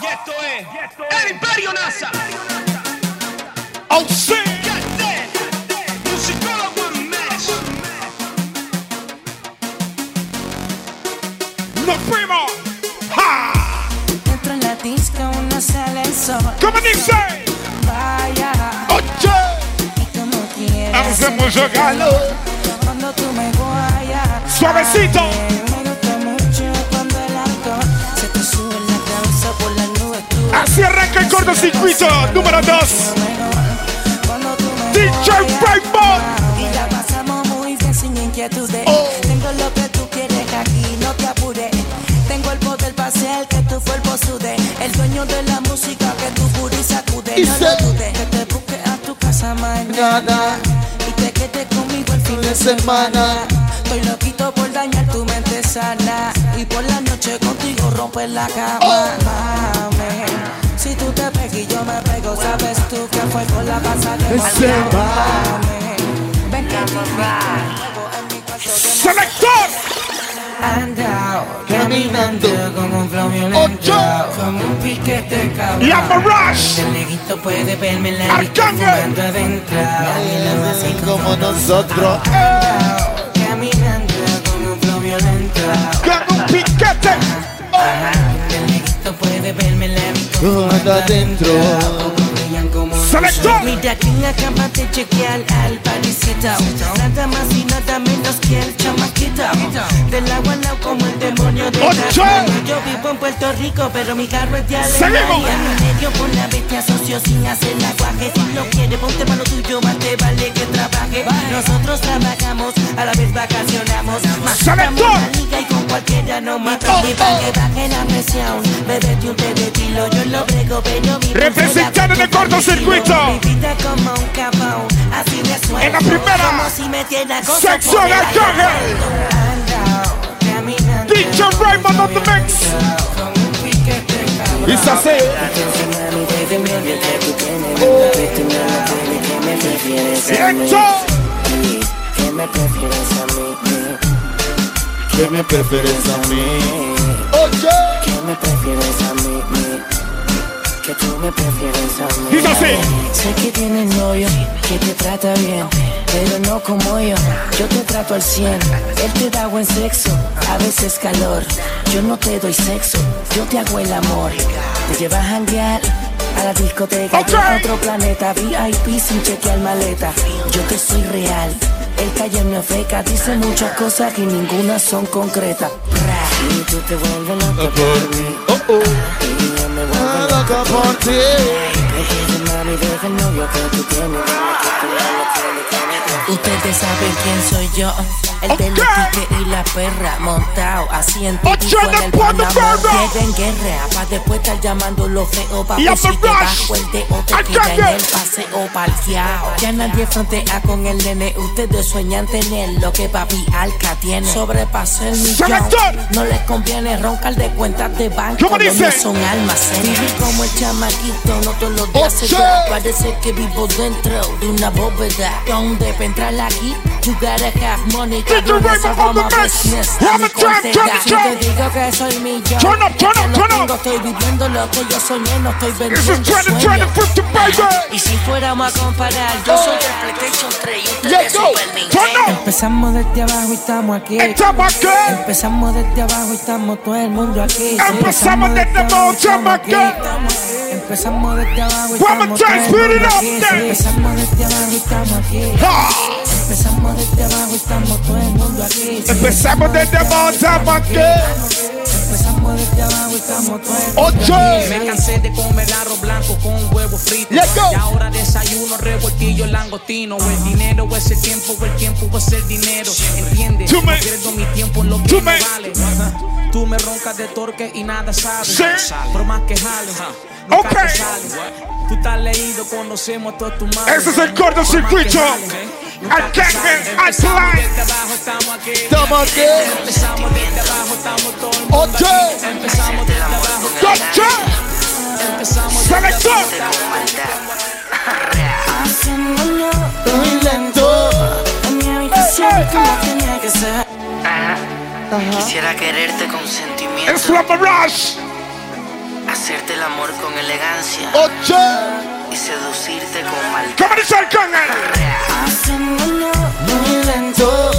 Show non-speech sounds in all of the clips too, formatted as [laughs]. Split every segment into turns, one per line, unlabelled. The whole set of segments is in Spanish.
Y esto es, y esto es El Imperio NASA.
Oh shit!
Goddamn. Musicólogo en mess.
¡Nos fuimos! ¡Ja!
Entro en la disco, no sale el sol.
¿Cómo dice?
Vaya,
¡Oye!
y como quieras.
Hace mucho calor.
Cuando tú me guayas.
Suavecito.
Me gusta mucho cuando el alcohol se te sube en la cabeza por las nubes. Tú
Así arranca el cortocircuito número 2.
Cuando tú me
DJ Paypal.
Y la pasamos muy bien sin inquietudes.
Oh.
Tengo lo que tú quieres aquí, no te apures. Tengo el poder para hacer que tu cuerpo sude. El dueño de la música que tu puri sacude.
Y
no
se-
lo dudes. Que te busque a tu casa mañana.
Nada,
Y te quedes conmigo el fin de semana. Estoy loquito por dañar tu mente sana. Y por la noche contigo romper la cama. Mame, si tú te pegas y yo me pego, sabes tú que fue con la pasada.
Se va.
Ven que te
¡Selector!
Andao,
Caminando.
con un flow
Oh,
violento,
Ocho.
como un piquete cabrón.
¡La Mirage!
El neguito puede verme en la disco
Arcángel.
fumando adentro. Nadie lo hace
como nosotros.
Andao, Caminando con un flow violento.
¡Con un piquete!
Ajá, El neguito puede verme en la disco fumando
Anda adentro.
Ojos brillan como
¡Selector!
Mira quién acaba de chequear al parisito Nada más y nada menos que el chamaquito Del agua al lado como el demonio de
¡Ocho!
Tasmania. Yo vivo en Puerto Rico pero mi carro es de Alemania
¡Seguimos!
Me medio con la bestia socio sin hacer la guaje Si no quieres ponte mano tuyo más te vale que trabaje Nosotros trabajamos a la vez vacacionamos Matamos
¡Selector!
la liga y con cualquiera no
Oh,
matamos Y pa' que baje la presión Bebete un té de tilo, yo lo brego pero mi
Representante de cortocircuito.
Viviste como un cabrón, así de suelto.
En la primera.
Como si metiera cosas
Sección
por el
Arcángel.
Ando caminando
DJ Raymond on the mix.
como un piquete, cabrón.
Y se hace.
Enseña mi desde mi ambiente, tú tienes
Oh.
una vez, tú no la tienes, que me prefieres a mí.
¡Esto!
Sí, Que me prefieres a mí.
¿Qué me prefieres a mí?
¡Oye!
Que me prefieres a mí. Que tú me prefieres a mí.
Dice así.
Sé que tienes novio que te trata bien, pero no como yo. Yo te trato al 100. Él te da buen sexo, a veces calor. Yo no te doy sexo, yo te hago el amor. Te llevas a janguear a la discoteca.
Ok.
Yo a otro planeta, VIP sin chequear maleta. Yo te soy real. El calle me ofeca, dice muchas cosas que ninguna son concretas. Y tú te vuelves loco por mí.
Oh, oh,
Y yo me vuelvo
nada loca por ti.
Ustedes saben quién soy yo. El
Ok.
del tigre y la perra montado asiento
Ocho
en
de
el
cuatro,
Panamá.
perro.
Llega en guerra pa' después estar llamando lo feo pa'
Y
que
hace
si te
rush.
bajo el dedo te
Al
queda en
cambio.
el paseo parqueado. Ya nadie frontea con el nene. Ustedes sueñan tener lo que papi Alca tiene. Sobrepasó el millón.
Selector.
No les conviene roncar de cuentas de banco.
¿Cómo
donde
dice?
son almacenes. Viví como el chamaquito, no todos los días se
Oye.
da. Parece que vivo dentro de una bóveda. Donde para entrar aquí, you gotta have money.
Did you
Cabrón,
write
esa
my phone
fama
number?
business,
Have
mi
a trap,
corteza.
trap,
Si
trap.
te digo que soy mi yo,
Turn up, turn
que
up,
no
turn up.
tengo, estoy viviendo lo que yo soñé, no estoy
This
vendiendo
is trying to try to
sueños.
flip the baby.
Y si fuéramos a comparar, yo soy el PlayStation 3 y ustedes
Oh. Let's go.
Super
Turn
Nintendo.
up.
Empezamos desde abajo y estamos aquí.
Estamos aquí.
Empezamos desde abajo y estamos todo el mundo aquí.
Empezamos desde abajo, estamos aquí.
Empezamos desde abajo
One
y
more time,
estamos todo el
speed it
mundo
up,
aquí.
then.
Empezamos desde abajo y estamos aquí.
¡Ja!
Empezamos desde abajo y estamos todo el mundo aquí.
Empezamos desde abajo, estamos aquí.
Empezamos desde abajo y estamos todo el mundo aquí.
¡Oye!
Me cansé de comer arroz blanco con huevo frito.
Let's go. Ah.
Y ahora desayuno revoltillo langostino. O el dinero o es el tiempo, o el tiempo o es el dinero. ¿Entiendes?
Tú
No
me-
pierdo mi tiempo en lo que
Tú
no
me-
vale. Ajá. Tú me roncas de torque y nada sabes.
Sí. Ah.
Por más que jales, nunca
Ok.
te sales. Tú estás leído, conocemos todos tus males.
Ese es el cortocircuito.
Por más que jales, nunca te
Arcángel,
sales.
Arcángel.
Empezamos desde abajo, estamos aquí.
Estamos aquí.
Empezamos desde abajo, estamos todo el mundo
Oye.
aquí. Empezamos desde abajo,
¡Oye!
empezamos desde abajo.
¡Selector!
Hacémoslo
Muy lento.
en mi habitación como tenía que ser.
Quisiera quererte con sentimiento.
¡Es la Mirage!
Hacerte el amor con elegancia
Oye,
Oh.
y seducirte con maldad.
Comenzar con él.
Hacémoslo muy lento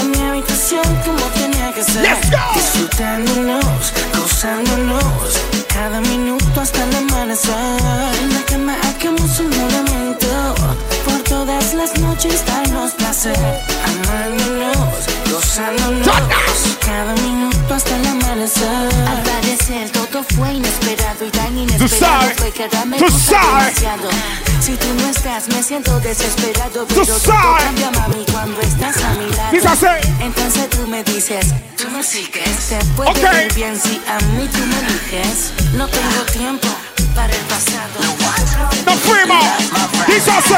En mi habitación como tenía que ser
Let's go.
Disfrutándonos, gozándonos Cada minuto hasta el amanecer En la cama hagamos un juramento Por todas las noches darnos placer Amándonos, gozándonos Cada minuto hasta el amanecer
Al parecer todo fue inesperado y tan
Tú
inesperado
sabes,
fue que ahora me
tú
gusta
sabes.
demasiado. Si tú no estás me siento desesperado, pero todo
sabes.
cambia mami cuando estás a mi lado.
Dice así.
Entonces tú me dices, tú me sigues, te puede
Ok.
ir bien si a mí tú me eliges. No tengo tiempo para el pasado.
Nos fuimos. Dice así.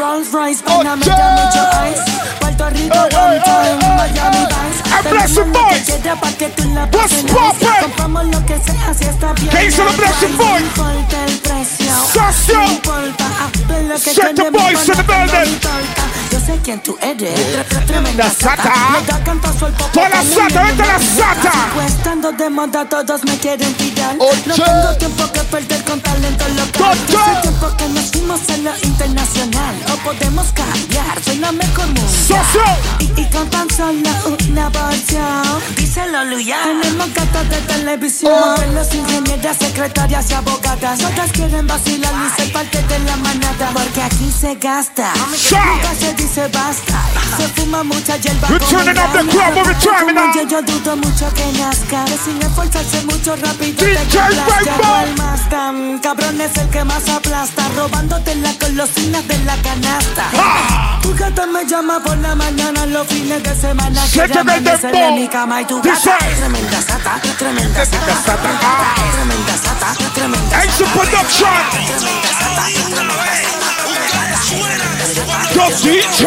Rolls Royce,
Oh,
Panamá, Oye. dame yo ice.
Puerto Rico,
Ey, ey, ey, ey, Miami ey.
I'm Blessed Boys. What's poppin'?
lo que sea, si está bien.
¿Qué hizo el Blessed Boys?
No importa el precio.
Socio.
No importa, hazme lo que
Set the
tenemos,
boys in the
no tengo
building.
mi torta. Yo sé quién tú eres. Tre- tre- Tremenda
La sata.
Me da cantazo el popo
Toda la
también
sata,
me
vete a la
enamora.
sata.
Sigo estando de moda, todos me quieren tirar. No
Oye.
tengo tiempo que perder con talento local.
Oye.
Hace tiempo que nos fuimos a lo internacional. O podemos cambiar, suena mejor mundial.
Socio.
Y, y con tan solo una versión Díselo, Luya Tenemos gatas de televisión
Ah.
Modelos, ingenieras, secretarias y abogadas Todas quieren vacilar y ser parte de la manada Porque aquí se gasta
Shout.
Nunca se dice basta Se fuma mucha hierba
We're turning up the club, we're turning up.
Yo, yo dudo mucho que nazca Que sin esforzarse mucho rápido te
DJ
complazca.
Rainbow.
Cual Mazda, mm, Cabrón es el que más aplasta Robándote las golosinas de la canasta
Ah.
tu gata me llama por la mañana, los fines de semana.
Siete
Quiere
del
amanecer
dembow.
en mi cama y tu gata.
Dice.
Tremenda sata, tremenda sata,
Tremenda sata.
gata, tremenda sata, tremenda
Action production. Yo DJ.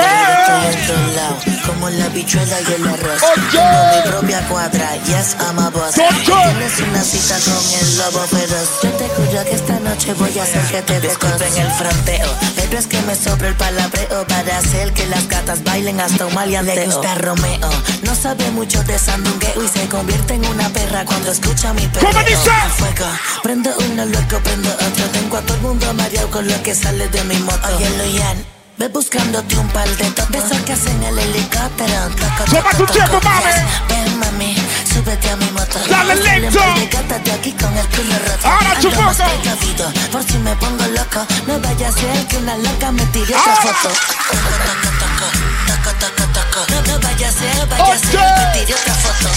Como la bichuela y el arroz.
oye.
Mi propia cuadra, yes, I'm a boss.
Oye.
Tienes una cita con el lobo feroz. Yo te juro que esta noche voy a hacer que te descubren el fronteo. Pero es que me sobra el palabreo para hacer que las gatas bailen hasta un maleanteo. Le gusta Romeo, no sabe mucho de sandungueo y se convierte en una perra cuando escucha mi perreo.
¿Cómo dice?
A fuego, prendo uno, luego prendo otro. Tengo a todo el mundo mareado con lo que sale de mi moto. Oye, Luyan. Ve buscándote un par de to- de esos que hacen el helicóptero. Toco,
Toma tu
toco, toco,
tiempo, mami.
yes. Ven, mami, súbete a mi moto.
Dale lento.
Quédate aquí con el culo roto.
Ahora,
Ando más
chuposo.
precavido, Por si me pongo loco, no vaya a ser que una loca me tire esa
Ahora.
foto. Toco, toco, toco, toco, toco, toco. No, no vaya a ser, vaya a ser
Oye.
que tire otra foto.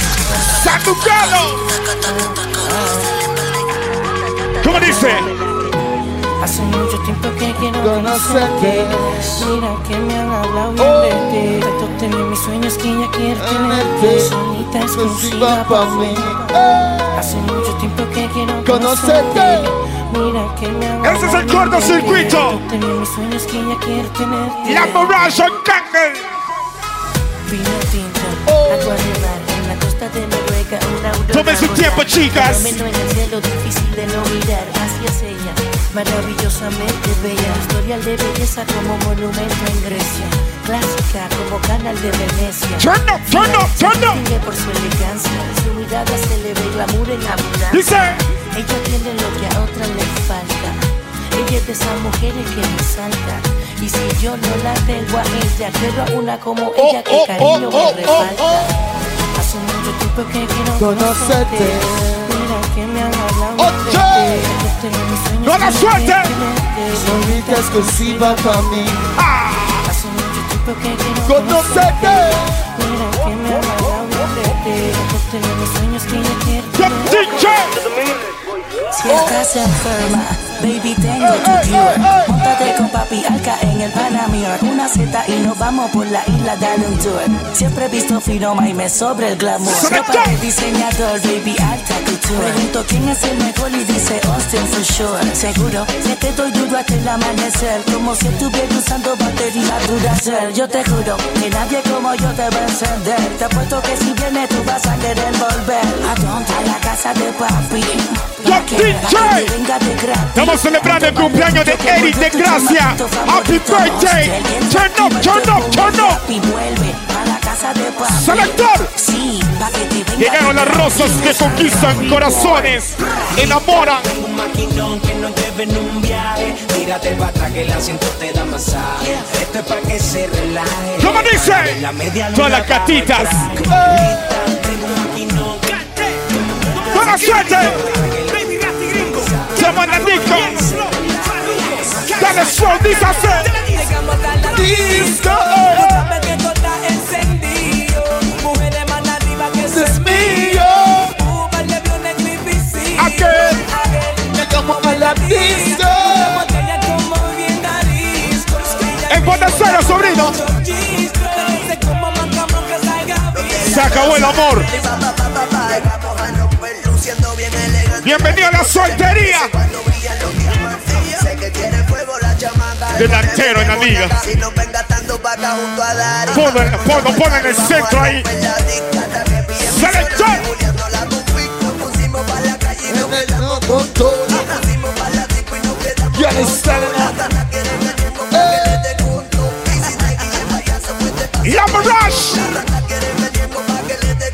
Sanducano.
Toco, toco, toco. Sale por la
¿Cómo dice?
Hace mucho tiempo que quiero
Conocerte.
conocerte Mira que me han hablado bien
Oh.
de ti Tanto te vi en mis sueños que ya
Ah.
quiero tenerte Solita exclusiva para mí Hace mucho tiempo que quiero
Conocerte.
conocerte Mira que me han
Ese es el
hablado bien de ti.
cortocircuito.
Tanto te vi en mis sueños que ya quiero tenerte
La Mirage Gangnam.
Vino tinto,
Oh.
agua de mar en la costa de Noruega, una aurora
Tomen su
boreal.
tiempo, chicas.
Fenómeno en el cielo, difícil de no mirar hacia ella. Maravillosamente bella, historial de belleza como monumento en Grecia. Clásica como canal de Venecia.
Turn up, turn up, turn up.
Distingue por su elegancia, su mirada se le ve glamour en abundancia.
Dice.
Ella tiene lo que a otras les falta. Ella es de esas mujeres que me salta. Y si yo no la tengo a ella, quiero a una como ella que
oh, oh,
cariño
oh,
me resalta.
Hace mucho tiempo que quiero
Conocerte.
conocerte Mira que me han hablado bien de ti Este
Oye.
Tanto te vi en mis sueños
No
que
la
ya
suelte.
quiero tenerte.
Solita exclusiva para mí.
Hace mucho tiempo que quiero
Conocerte.
Mira que me ha hablado de ti Este Ojos te veo mis sueños que yo quiero
Yo DJ.
Si estás enferma, baby tengo tu cure Móntate con papi Alca en el Panamera Una seta y nos vamos por la isla dale un tour Siempre he visto firoma y me sobra el glamour
Se me
Ropa
cae.
de diseñador, baby alta couture Pregunto quién es el mejor y dice Austin for sure Seguro que te doy duro hasta el amanecer Como si estuviera usando batería Duracell Yo te juro que nadie como yo te va a encender Te apuesto que si vienes tú vas a querer volver ¿A dónde? A la casa de papi
Top DJ. Estamos celebrando el cumpleaños de Eric de Gracia. Happy birthday. Turn up, turn up, turn up.
casa de paz.
¡Selector!
Sí, pa' que te venga
Llegaron
de
las
paz.
rosas que conquistan corazones, enamoran.
Un maquinón que no debe en un viaje. Tírate para atrás que el asiento te da masaje. Esto es para que se relaje.
¿Cómo dice?
La media luna
Todas las
bajo el
catitas.
traje.
¡Eh!
Tengo un maquinón que
¡Buena suerte!
Baby Gatti Gringo.
¡Llaman a Nico!
Bien slow. Farruko.
¡Dale show, dígase!
Llegamos a la
¡Disco!
Tú sabes que todo está encendido. Mujeres más arriba que se
¡Es mío!
empujan. Le vio en mi piscina.
Aquel.
Llegamos a la disco. La botella como bien a disco. Ella
¡En Venezuela, sobrino!
mucho chiste. Parece como más cabrón que salga bien.
¡Se acabó el amor! ¡Bienvenido a la soltería! Delantero en la liga. Ponlo, en- ponlo, ponlo en el centro ahí. ¡Selector!
Ya le salen a-
¡Llama Rush!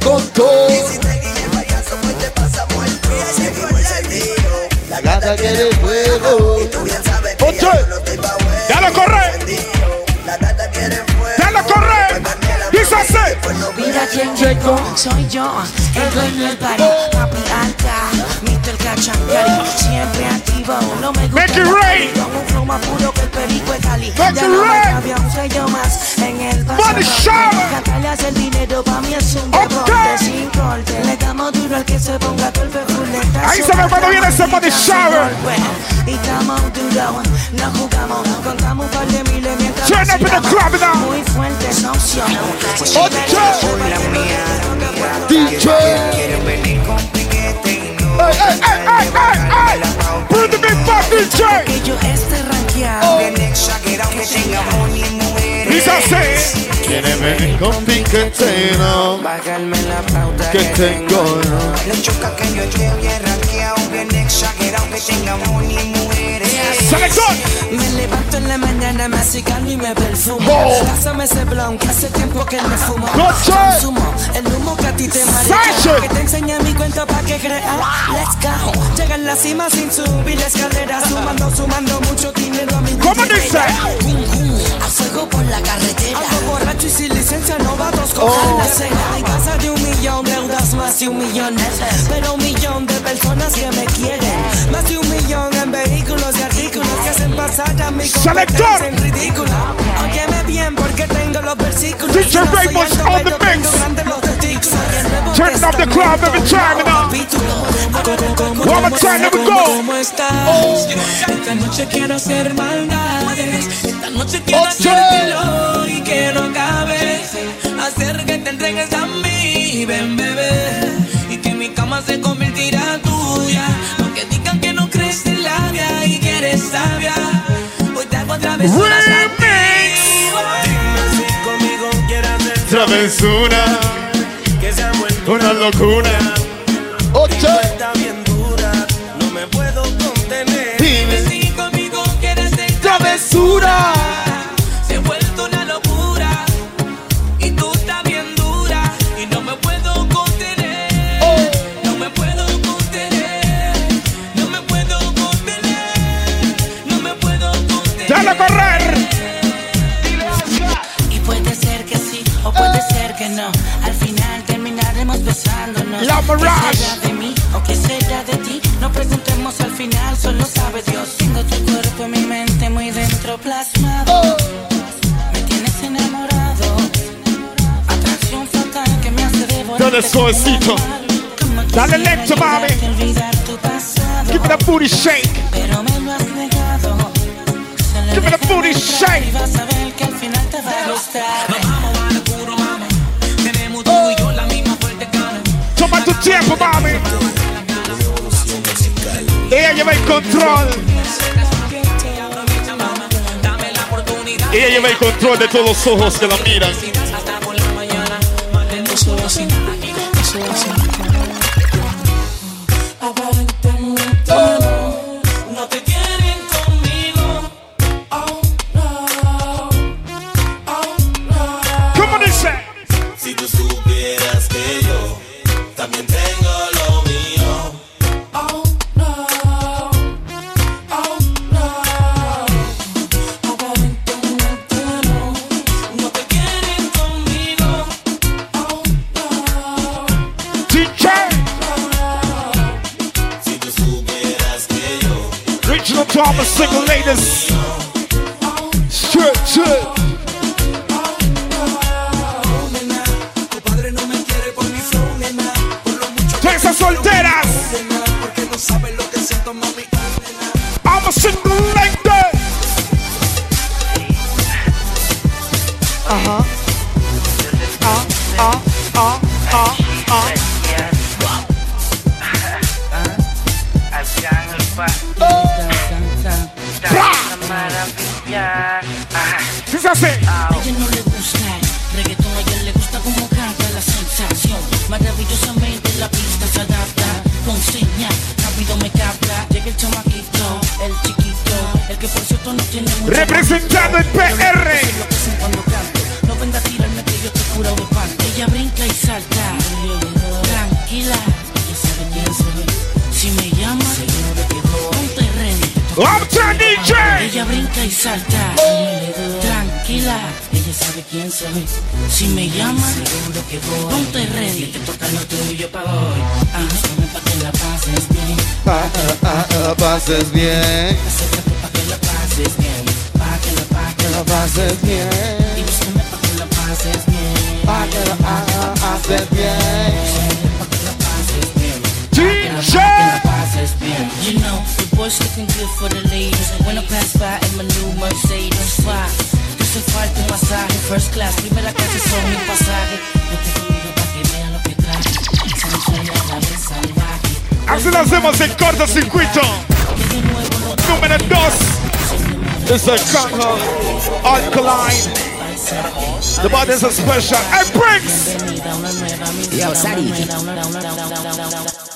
con todo. La gata quiere fuego.
¡Ocho! ¡Dale a correr! ¡Dale a correr! ¡Dígase!
Mira quién llegó, soy yo, el dueño del party, papi alta, Mr. Cachangari, siempre activo, no me gusta
Make it
la
rain.
party, con un flow más puro que el perico de Cali,
Make
ya
it
no me
rain.
cabe un sello más en el
Body shower.
Cantarle hace el dinero pa' mí es un
Ok.
deporte sin corte, le damos duro al que se ponga golpe fuleta.
Ahí se me mandó bien ese body shower.
Y estamos duro, no jugamos, contamos un par de miles mientras
Turn up in the
vacilamos.
club now.
Muy fuerte esa opción.
¡Ocho!
DJ.
¡Ey, ey, ey, ey, ey, ey! ¡Put the big fuck DJ!
Que yo esté rankeado.
¡Dígase!
Quiere venir con piquete, no.
Pagarme la pauta
Que tengo, no.
¡Selector!
Me levanto en la mañana, me acicalo y me perfumo
Oh.
Pásame ese blon que hace tiempo que no fumo
Noche.
Consumo el humo que a ti te
Sasha.
marea Que te enseña mi cuento pa' que creas Let's go Llega en la cima sin subir la escalera Sumando, sumando mucho dinero a mi
¿Cómo
billetera.
dice?
Pum, pum, A fuego por la carretera Algo borracho y sin licencia, novatos con oh. la cena Y casa de un millón, deudas más de un millón Pero un millón de personas que me quieren Más de un millón en vehículos y artículos Que hacen pasar a mi
Selector.
competencia en ridículo Óyeme bien porque tengo los versículos
DJ
Yo no soy
Ramos
alto,
on the
pero tengo
mix.
grandes los testículos. Y el Nuevo
Turn up the club every
Testamento,
time
nuevo
now.
capítulo. ¿Cómo,
One more
cómo,
time, here we
cómo,
go.
cómo estás?
Esta noche quiero hacer maldades. Esta noche quiero
Ocho.
hacértelo y que no acabe. Hacer que te entregues a mí, ven bebé. Y que mi cama se convertirá tuya. Aunque digan que no crees en labia y que eres sabia. Hoy te hago otra vez una
conmigo quiere hacer
Travesura,
que sea buen
una locura. Ocho.
Está bien dura, no me puedo contener.
Dime.
Si conmigo quieres ser
Travesura.
Se ha vuelto una locura y tú estás bien dura y no me puedo contener, no me puedo contener, no me puedo contener, no me puedo
¡Dale a
contener.
correr!
Y puede ser que sí o puede ser que no. Al final terminaremos besándonos.
La
¿Qué
Mirage.
será de mí o qué será de ti? No preguntemos al final, solo sabe Dios. Tengo tu cuerpo en mi mente muy dentro plasmado. Me tienes enamorado. Atracción fatal que me hace devorar.
Dale suavecito. Dale lento, mami.
Olvidar tu pasado.
Give me that booty shake!
Pero me lo has negado. Solo
Give me the
déjame
booty
entrar
shake.
Y vas a ver que al final te va a gustar.
Vamos a locura, mamá. Tenemos tú y yo la misma fuerte cara.
Toma tu tiempo, mami. Ella lleva el control.
Dame la oportunidad
Ella lleva el control de todos los ojos que la miran.
hasta por la mañana. Mantén su vecina aquí con su vecina.
Aparentemente no, no te quieren conmigo. Oh no, oh no.
¿Cómo dice?
Oh,
go to all the single ladies. Shit, shit. Todas esas solteras. I'm a single lady.
[laughs]
¡Pra! Sí se hace.
A ella no le gusta el reggaetón, a ella le gusta como canta la sensación. Maravillosamente la pista se adapta, con señas, rápido me capta. Llega el chamaquito, el chiquito, el que por cierto no tiene mucho
Representando el PR.
lo que hacen cuando canto. No venga a tirarme que yo te curo de pan. Ella brinca y salta, tranquila, ya sabe quién soy. Si me llama, ponte ready.
I'm the DJ.
Ella brinca y salta, tranquila, ella sabe quién soy. Si me llama, seguro que voy. Ponte ready, que toca lo tuyo pa' hoy. Ajá, suave pa' que la pases bien,
Ah, ah, ah, pases bien.
acércate pa' que la pases bien, pa' que la pa' que
Que
la
la pases bien.
y búscame pa' que la pases bien,
Ah, que la ah, ah, pases bien.
pa' que la pases bien.
DJ.
You know, the boys looking good for the ladies. When I pass by in my new Mercedes, why? Yo falta un masaje, first class. Primera clase son mi pasaje. Yo te cuido pa' que vean lo que traje. Sensual a la vez salvaje.
Así lo hacemos en cortocircuito. Número 2. Es el Congo Alkaline. The body is a special. And brings.
Me da una nueva, me da una nueva, me da una nueva, me da una nueva.